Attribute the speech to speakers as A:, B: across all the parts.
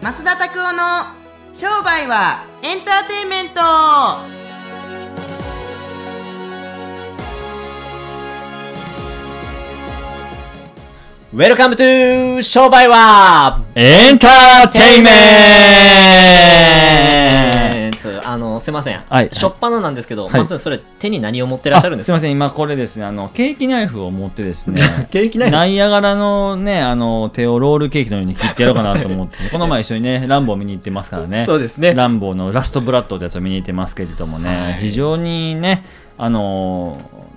A: 増田拓夫の商売はエンターテインメント
B: ウェルカムトゥ商売は
C: エンターテイメン
B: えーっとあの、すいません。
C: はい
B: しょっぱななんですけど、
C: はい
B: まずそれ手に何を持ってら
C: ト
B: っしゃるんです
C: すい
B: か
C: ません、今これですね、あの、ケーキナイフを持ってですね、
B: ケーキナイフ
C: ナイアガラのね、あの、手をロールケーキのように切ってやろうかなと思 って、この前一緒にね、ランボー見に行ってますからね。
B: そうですね
C: ランボーのラストブラッドってやつを見に行ってますけれどもね、
B: はい
C: 非常にね、あの、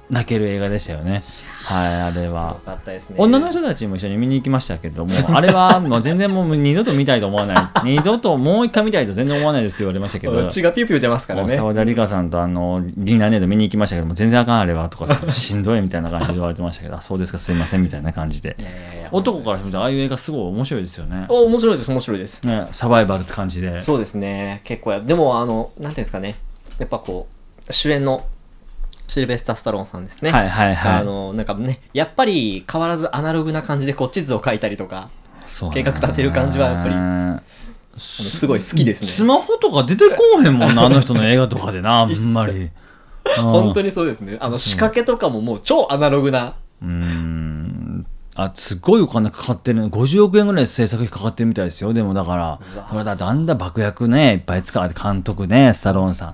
C: 泣ける映画でしたよね。はい、あれは
B: よ。かったですね。
C: 女の人たちも一緒に見に行きましたけども、あれはもう全然もう二度と見たいと思わない、二度ともう一回見たいと全然思わないですって言われました けど、
B: 血がピューピュー出ますからね。
C: 澤田理香さんとあのリーナネード見に行きましたけども、全然あかんあれは とか、しんどいみたいな感じで言われてましたけど、あそうですか、すいませんみたいな感じで
B: い。やいやいや
C: 男からすると、ああいう映画、すごい面白いですよね。
B: お面白いです、面白いです。
C: ねサバイバルって感じで。
B: そうですね、結構や、でも、あの、なんていうんですかね、やっぱこう、主演のシルベスタ・スタローンさんですね。
C: はいはいはい
B: あの、なんかね、やっぱり変わらずアナログな感じで、こう、地図を描いたりとか、
C: そう
B: 計画立てる感じはやっぱりあ
C: ぱ
B: のすごい好きです
C: ス
B: ね。
C: マホとか出てこうへんもんな、あの人の映画とか でな、あんまり。
B: 本当
C: に。
B: にそうですね。あの、仕掛けとかももう超アナログな。
C: うーん。あ、すごいお金かかってるね。50億円ぐらい制作費かかってるみたいですよ。でもだから
B: うわ、
C: これだってあんだ爆薬ね、いっぱい使って、監督ね、スタローンさん。う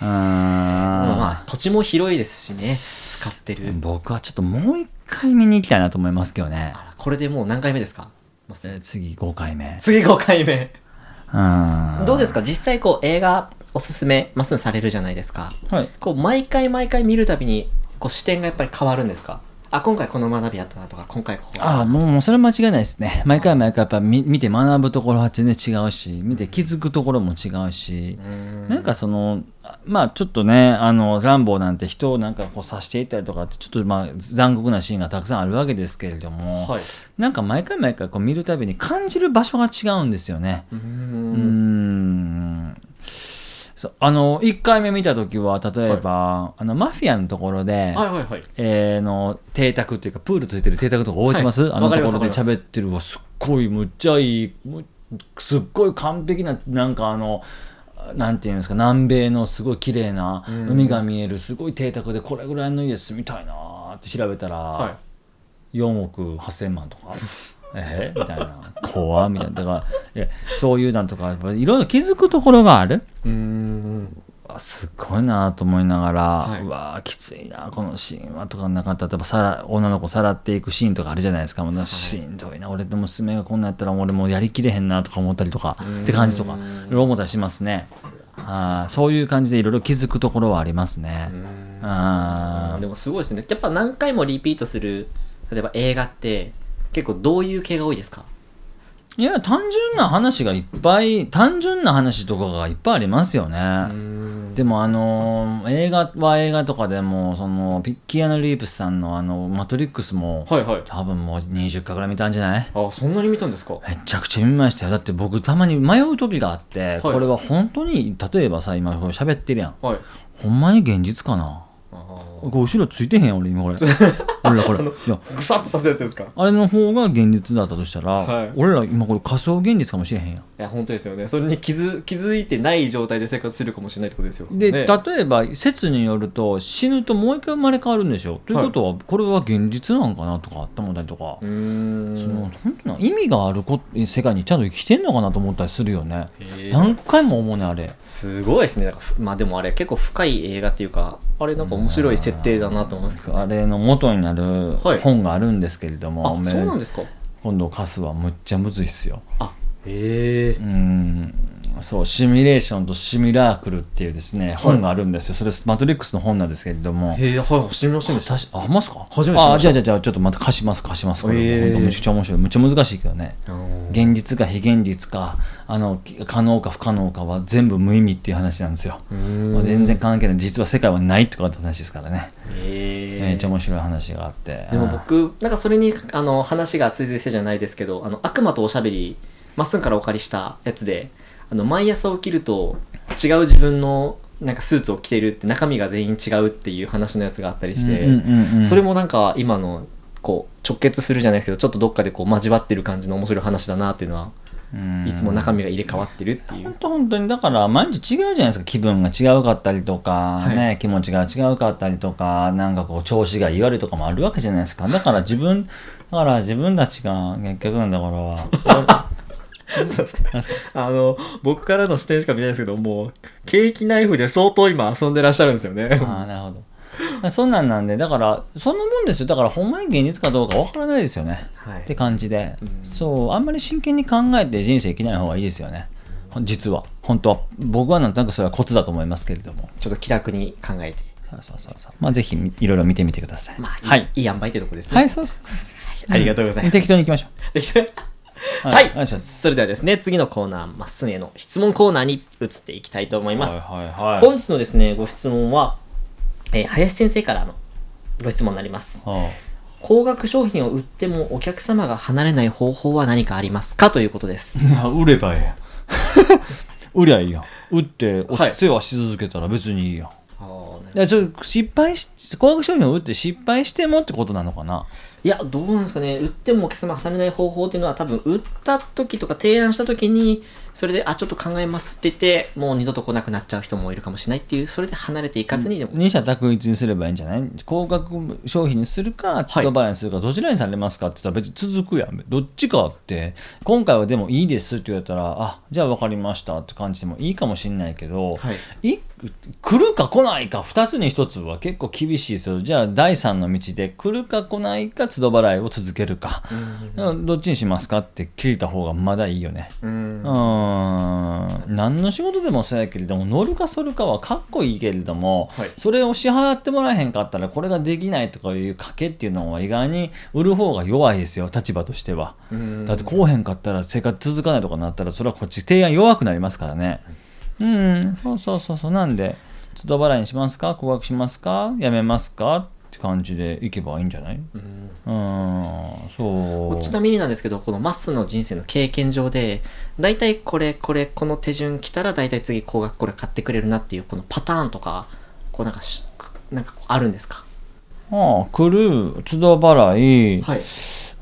C: ーん。
B: まあ、土地も広いですしね、使ってる。
C: 僕はちょっともう一回見に行きたいなと思いますけどね。
B: あらこれでもう何回目ですか
C: えー次5回目。
B: 次5回目。
C: うん。
B: どうですか実際こう、映画おすすめ、ますんされるじゃないですか。
C: はい。
B: こう毎回毎回見るたびにこう視点がやっぱり変わるんですかあ今回この学びやったなとか今回ここ
C: ああ、もう、もうそれは間違いないですね。毎回毎回やっぱ見見て学ぶところは全然違うし、見て気づくところも違うし、なんかその、あまあちょっとね、あの、乱暴なんて人をなんかこう刺していったりとかって、ちょっとまあ残酷なシーンがたくさんあるわけですけれども、
B: はい
C: なんか毎回毎回こう見るたびに感じる場所が違うんですよね。
B: うー
C: うー
B: ん
C: んそうあの1回目見た時は例えば、あのマフィアのところで、
B: はいはいはい
C: えーの邸宅っていうかプールついてる邸宅とか覚えてます、
B: はい
C: あのところ
B: わか
C: で
B: りますわかります
C: 喋ってるわすっごいむっちゃいいむすっごい完璧ななんかあのなんていうんですか南米のすごい綺麗な
B: うん
C: 海が見えるすごい邸宅でこれぐらいの家住みたいなって調べたら、
B: は
C: 4億8000万とか。えみたいな怖みたいなだからいやそういうなんとかやっぱいろいろ気づくところがある
B: いうーん
C: あすごいなと思いながら、
B: はいう
C: わーきついなこのシーンはとかなかった例えばさら女の子さらっていくシーンとかあるじゃないですかもうしんどいな俺の娘がこんなんやったら俺もうやりきれへんなとか思ったりとか
B: うん
C: って感じとかいろいろ思ったりしますねあーそういう感じでいろいろ気づくところはありますねあ
B: あーでもすごいですねやっぱ何回もリピートする例えば映画って結構どういう系が多いですか
C: ーいや単純な話がいっぱい単純な話とかがいっぱいありますよね、
B: ん
C: でもあのー映画は映画とかでもそのピッキーアのリープスさんのあの「マトリックス」も
B: はいはい
C: 多分もう20回ぐらい見たんじゃない
B: あそんなに見たんですか
C: めちゃくちゃ見ましたよだって僕たまに迷う時があって、
B: い
C: これは本当に例えばさ今これ喋ってるやん
B: はい
C: ほんまに現実かなこれ後ろついてへんやん俺今こ れ俺らこれいや
B: ぐさっとさせるやつですかい
C: あれの方が現実だったとしたら、
B: はい
C: 俺ら今これ仮想現実かもしれへんやん
B: や本当ですよねそれに気づ気づいてない状態で生活してるかもしれないってことですよ
C: で、
B: ね
C: 例えば説によると死ぬともう一回生まれ変わるんでしょということは、これは現実なんかなとかあったもんだりとか
B: う、ーん
C: その本当な意味があるこ世界にちゃんと生きてんのかなと思ったりするよね、
B: へー
C: 何回も思うねあれ
B: すごいですね。なんかふまあでもあれ結構深い映画っていうか、あれなんか面白い設定だなと思いますけど。
C: あれの元になる
B: はい
C: 本があるんですけれども、
B: あ、そうなん
C: め
B: ですか。
C: 今度貸すはむっちゃむずいっすよ
B: あ、へえ
C: う。んそうシミュレーションとシミュラークルっていうですね本があるんですよ、それマトリックスの本なんですけれども
B: へえ、はい、知りませんでした。
C: 確かあ、ますか
B: 初めて知り
C: あ、
B: まし
C: じ
B: た
C: ゃあじゃあじゃあ、ちょっとまた貸します、貸します。これ、
B: へー
C: 本当めちゃくちゃ面白い。めっちゃ難しいけどね。
B: あのー
C: 現実か非現実か、あの、可能か不可能かは全部無意味っていう話なんですよ。
B: うーん
C: まあ、全然関係ない。実は世界はないとかって話ですからね。
B: へえ。
C: めっちゃ面白い話があって。
B: でも
C: あ
B: 僕、なんかそれに、あの、話が追随してじゃないですけど、あの、悪魔とおしゃべり、まっすんからお借りしたやつで、あの、毎朝起きると、違う自分の、なんかスーツを着てるって、中身が全員違うっていう話のやつがあったりして、
C: うんうんうんうん
B: それもなんか今のこう直結するじゃないですけどちょっとどっかでこう交わってる感じの面白い話だなっていうのは
C: うん
B: いつも中身が入れ替わってるって いう
C: 本当本当にだから毎日違うじゃないですか気分が違うかったりとか、
B: はい
C: ね気持ちが違うかったりとかなんかこう調子が言われとかもあるわけじゃないですかだから自分だから自分たちが結局のところは
B: あの僕からの視点しか見ないですけどもうケーキナイフで相当今遊んでらっしゃるんですよね
C: ああなるほどまあそんなんなんでだからそんなもんですよだからほんまに現実かどうかわからないですよね
B: はい
C: って感じで、
B: うん
C: そうあんまり真剣に考えて人生生きない方がいいですよねほん実は本当は僕はなんとなくそれはコツだと思いますけれども
B: ちょっと気楽に考えて
C: そうそうそうそうまあぜひいろいろ見てみてください、
B: まあいい,、
C: はい
B: い、い塩梅ってとこですね
C: はい、そうそうです。
B: ありがとうございます
C: 適当に行きましょ
B: できた
C: う。
B: はい
C: お願いします。
B: それではですね次のコーナーまっすんへの質問コーナーに移っていきたいと思います、
C: はいはいはい。
B: 本日のですねご質問は、えー林先生からのご質問になります
C: は
B: 高額商品を売ってもお客様が離れない方法は何かありますかということです
C: あ、売ればいいや ん。売りゃいいやん。売って、お
B: はい
C: 世話し続けたら別にいいやん。
B: い
C: いや、ちょっと失敗し、高額商品を売って失敗してもってことなのかな。
B: やどうなんですかね売ってもお客様が離れない方法っていうのは多分売った時とか提案した時にそれであちょっと考えますって言ってもう二度と来なくなっちゃう人もいるかもしれないっていうそれで離れていかずにでも、
C: 二者択一にすればいいんじゃない高額商品にするか、ちょっと払いにするか、どちらにされますかって言ったら別に続くやん。どっちかって、今回はでもいいですって言われたら、あ、じゃあ分かりましたって感じでもいいかもしれないけど、
B: はい
C: い来るか来ないか2つに1つは結構厳しいですよじゃあ第3の道で来るか来ないか都度払いを続けるか、どっちにしますかって聞いた方がまだいいよね
B: うん
C: うーん何の仕事でもそうやけれども乗るかそるかはかっこいいけれども、
B: はい
C: それを支払ってもらえへんかったらこれができないとかいう賭けっていうのは意外に売る方が弱いですよ立場としては、
B: うん
C: だってこうへんかったら生活続かないとかなったらそれはこっち提案弱くなりますからねうんそうそうそうそうなんで都度払いにしますか高額しますかやめますかって感じでいけばいいんじゃない
B: うん
C: うんそう
B: ちなみになんですけどこのマッスの人生の経験上で大体これこれこの手順来たら大体次高額これ買ってくれるなっていうこのパターンとかこうなんかしなんかこうあるんですか
C: ああ来る都度払い、
B: はい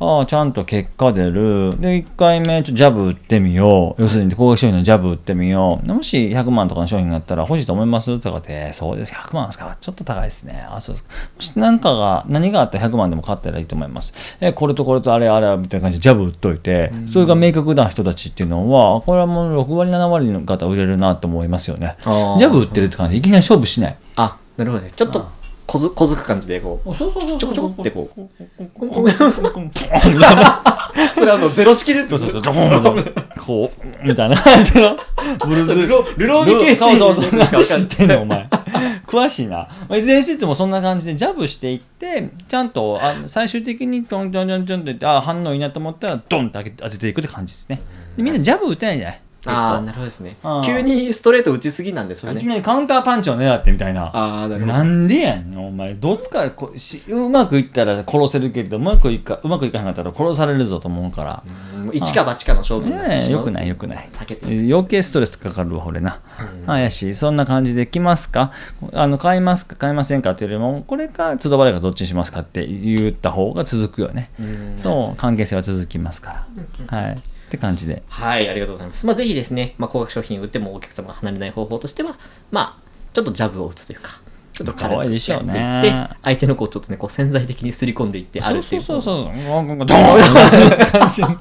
C: ああちゃんと結果出るで1回目ちょジャブ打ってみよう要するに高額商品のジャブ打ってみようもし100万とかの商品があったら欲しいと思いますとかってそうです100万ですかちょっと高いですねあそうですかもし何かが何があったら100万でも買ったらいいと思いますえこれとこれとあれあれみたいな感じでジャブ打っといてそれが明確な人たちっていうのはこれはもう6割7割の方売れるなと思いますよねジ
B: あー
C: ャブ打ってるって感じでいきなり勝負しない
B: あなるほどねちょっとこずこづく感じでこう
C: そうそうそう
B: ちょこちょこってこう
C: う
B: それあのゼロ式です
C: そ
B: よ
C: うそうそう、ドーンこう、みたいな感じの。ブルース。
B: ルロルローニケーシー
C: そうそうそう。なんで 知ってんの、お前。詳しいな。まあいずれにしてもそんな感じで、ジャブしていって、ちゃんと、あ最終的に、トントントントンって言って、あ反応いいなと思ったら、ドンって当てていくって感じですね。でみんなジャブ打てないじゃない
B: ああなるほどですね
C: あー
B: 急にストレート打ちすぎなんです
C: そ
B: か
C: ういき
B: ね
C: なりカウンターパンチを狙ってみたいな。
B: ああなるほど
C: なんでやねんお前どつかこしうまくいったら殺せるけどうまくいかうまくいかなかったら殺されるぞと思うから、
B: うん一か八かの勝負になって
C: ねえ、
B: しまう
C: よくないよくない
B: 避けて
C: 余計ストレスかかるわ俺な、怪しいそんな感じで来ますかあの買いますか買いませんかっていうよりもこれか都度払いかどっちにしますかって言った方が続くよね、
B: うん
C: そう関係性は続きますから、はいって感じで
B: はい、ありがとうございます。まあ、ぜひですね、まあ、高額商品を売ってもお客様が離れない方法としては、まあ、ちょっとジャブを打つというか、ちょっと軽
C: 可愛い
B: く
C: でし
B: や
C: ょ
B: っ
C: う
B: てい
C: ね
B: って、相手の子をちょっとね、こう潜在的にすり込んでいってあ
C: そ
B: る
C: う
B: って
C: そ
B: いうう。
C: そう
B: う。
C: そうドーンドーン感 じ
B: ま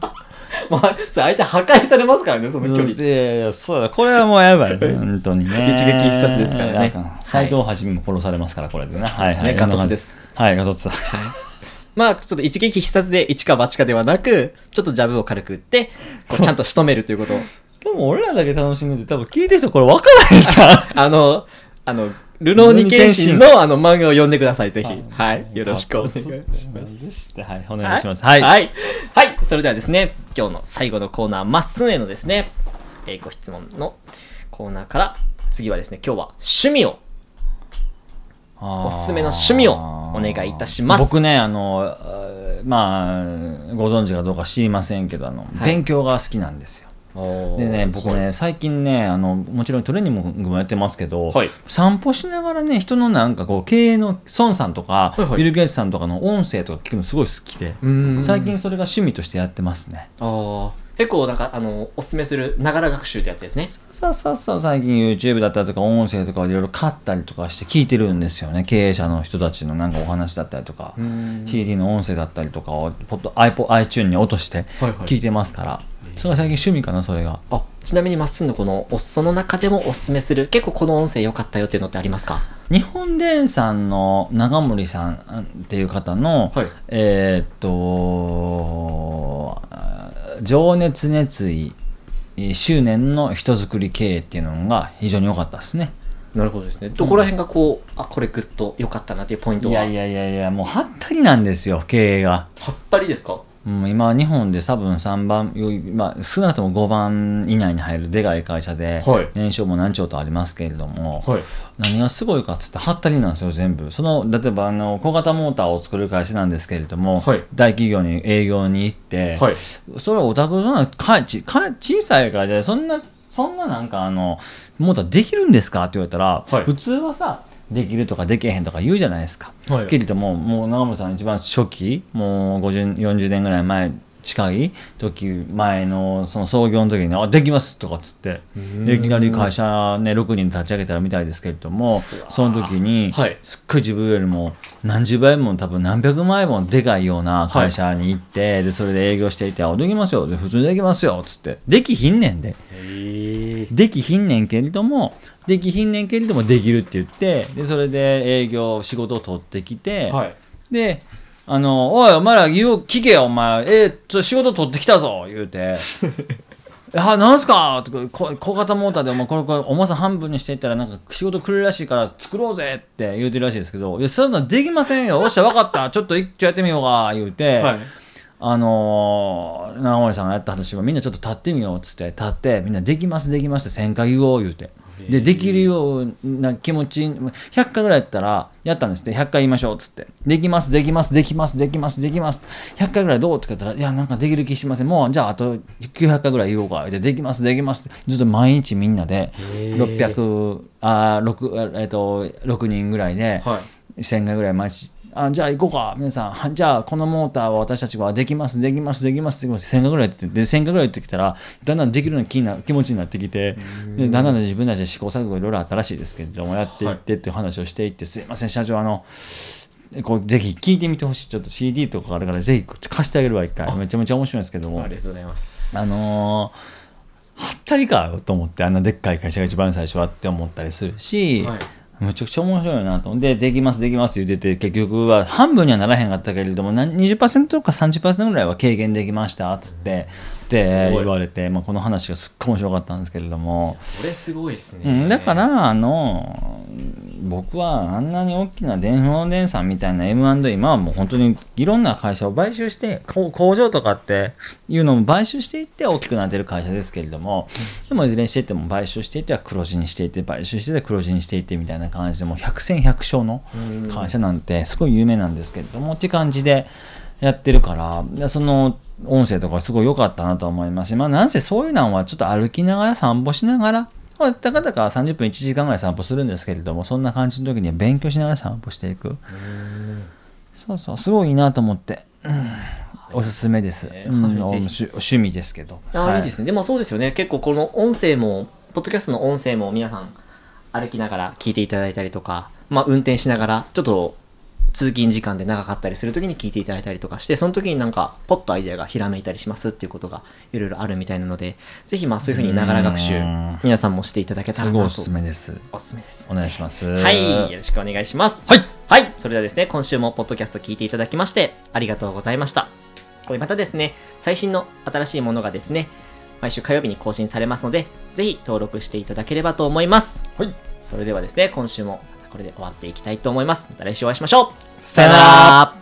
B: あ、それ相手破壊されますからね、その距離。
C: いやいやそうだこれはもうやばいね本当にね
B: 一撃必殺ですからね
C: なん斎藤
B: は
C: はじめも殺されますからこれでねはい
B: そうです
C: は
B: ね
C: い
B: ガトツです
C: はいガトツだ
B: まあ、ちょっと一撃必殺で一か八かではなく、ちょっとジャブを軽く打って、こうちゃんと仕留めるということを。
C: でも俺らだけ楽しんでて多分聞いてる人これ分から へんじゃん
B: あの、あの、ルノーニケンシンのあの漫画を読んでください、ぜひ。はい、よろしくお願いします。
C: ます。はい、お願いします。はい。
B: はい。はい。それではですね、今日の最後のコーナー、まっすんへのですね、えーご質問のコーナーから、次はですね、今日は趣味を。
C: お
B: おすすめの趣味をお願いいたします
C: 僕ね、あの、あーまあ、ご存知かどうか知りませんけど、あの、
B: い
C: 勉強が好きなんですよ。でね、僕ね、最近ねあの、もちろんトレーニングもやってますけど、
B: はい
C: 散歩しながらね、人のなんかこう、経営の孫さんとか、
B: はいはい
C: ビル・ゲイツさんとかの音声とか聞くのすごい好きで、
B: うん
C: 最近それが趣味としてやってますね。
B: あー結構なんかあのおすすめするながら学習ってやつですね
C: さささ最近 YouTube だったりとか音声とかをいろいろ買ったりとかして聞いてるんですよね経営者の人たちのなんかお話だったりとか CD の音声だったりとかをポッド iPod iTune に落として
B: はいはい
C: 聞いてますから、それが最近趣味かなそれが
B: あちなみにまっすんのこのおその中でもおすすめする結構この音声良かったよっていうのってありますか
C: 日本電産の長森さんっていう方の、
B: はい
C: えーっとあー情熱熱意えー執念の人づくり経営っていうのが非常に良かったですね
B: なるほどですねどこら辺がこう、あこれグッと良かったなっていうポイント
C: い
B: は
C: やいやいやいやもうはったりなんですよ経営が、
B: はったりですか
C: うん、今日本で多分3番、よいまあ、少なくとも5番以内に入るでかい会社で、
B: はい
C: 年商も何兆とありますけれども、
B: はい
C: 何がすごいかっつってはったりなんですよ全部その例えばあの小型モーターを作る会社なんですけれども、
B: はい
C: 大企業に営業に行って、
B: はい
C: それはお宅のなかちか小さい会社でそんなそんななんかあのモーターできるんですかって言われたら、
B: はい
C: 普通はさできるとかできへんとか言うじゃないですか、
B: はい
C: けれどももう長村さん一番初期もう50 40年ぐらい前近い時前のその創業の時に「あできます」とかっつってでいきなり会社ね6人立ち上げたらみたいですけれどもその時に
B: はい
C: すっごい自分よりも何十倍も多分何百万円もでかいような会社に行って、でそれで営業していて「あできますよ」で普通にできますよ」っつってできひんねんで。
B: へえ
C: できひんねんけれどもできひんねんけれどもできるって言ってでそれで営業仕事を取ってきて、
B: はい
C: であの「おいお前ら言う聞けよお前えーちょ仕事取ってきたぞ」言 うて「あなんすか?」とかこ小型モーターでお前これこれ重さ半分にしていったらなんか仕事くれるらしいから作ろうぜって言うてるらしいですけど「いやそんなんできませんよおっしゃ分かったちょっと一丁やってみようか」言うて、
B: はい
C: あのー、長森さんがやった話もみんなちょっと立ってみようっつって立ってみんな「できますできます」って1000回言おう言うて
B: へえ
C: でできるような気持ち100回ぐらいやったらやったんですって100回言いましょうっつって「できますできますできますできますできます」100回ぐらいどうって言ったら「いやなんかできる気しませんもうじゃああと900回ぐらい言おうか」で「できますできます」ってずっと毎日みんなで
B: へえ
C: 600あ6えっと6人ぐらいで、
B: はい
C: 1000回ぐらい毎日あじゃあ行こうか皆さんはじゃあこのモーターは私たちはできますできますできますできます1000回ぐらいやっててで1000回ぐらいやってきたらだんだんできるような気な気持ちになってきてでだんだん自分たちで試行錯誤いろいろ新しいですけれどもやっていってっていう話をしていって、すいません社長あのこうぜひ聞いてみてほしいちょっと CD とかあるからぜひ貸してあげるわ一回めちゃめちゃ面白いんですけども
B: ありがとうございます
C: あのーはったりかよと思ってあんなでっかい会社が一番最初はって思ったりするし、
B: はい
C: めちゃくちゃ面白いなと思ってできますできます言ってて結局は半分にはならへんかったけれどもな20%とか30%ぐらいは軽減できましたっつってって
B: すごい
C: 言われて、まあ、この話がすっごい面白かったんですけれども。
B: それすごいですね、
C: うん、だから、あの、僕はあんなに大きな電報電産みたいな M&A、今はもう本当にいろんな会社を買収して、こう工場とかっていうのも買収していって大きくなってる会社ですけれども、でもいずれにしていっても買収していっては黒字にしていって、買収していって黒字にしていってみたいな感じで、もう100戦100勝の会社なんてすごい有名なんですけれども、って感じでやってるから、でその、音声とかすごい良かったなと思いますし、まあなんせそういうのはちょっと歩きながら散歩しながら、まあ、たかたか30分1時間ぐらい散歩するんですけれどもそんな感じの時には勉強しながら散歩していくそうそうすごいいいなと思って、うんおすすめです、
B: ね
C: うん
B: はいぜ
C: お
B: ひ
C: 趣趣味ですけど
B: あー、
C: はい
B: い、いですねでもそうですよね結構この音声もポッドキャストの音声も皆さん歩きながら聞いていただいたりとか、まあ、運転しながらちょっと通勤時間で長かったりする時に聞いていただいたりとかしてその時になんかポッとアイデアがひらめいたりしますっていうことがいろいろあるみたいなのでぜひまあそういうふうにながら学習
C: うん
B: 皆さんもしていただけた
C: す
B: らな
C: ごい
B: と
C: おすすめです
B: おすすめです
C: お願いします
B: はいよろしくお願いします
C: はい
B: はい、それではですね、今週もポッドキャスト聞いていただきまして、ありがとうございました。これまたですね、最新の新しいものがですね、毎週火曜日に更新されますので、ぜひ登録していただければと思います。
C: はい
B: それではですね、今週もまたこれで終わっていきたいと思います。また来週お会いしましょう。
C: さよなら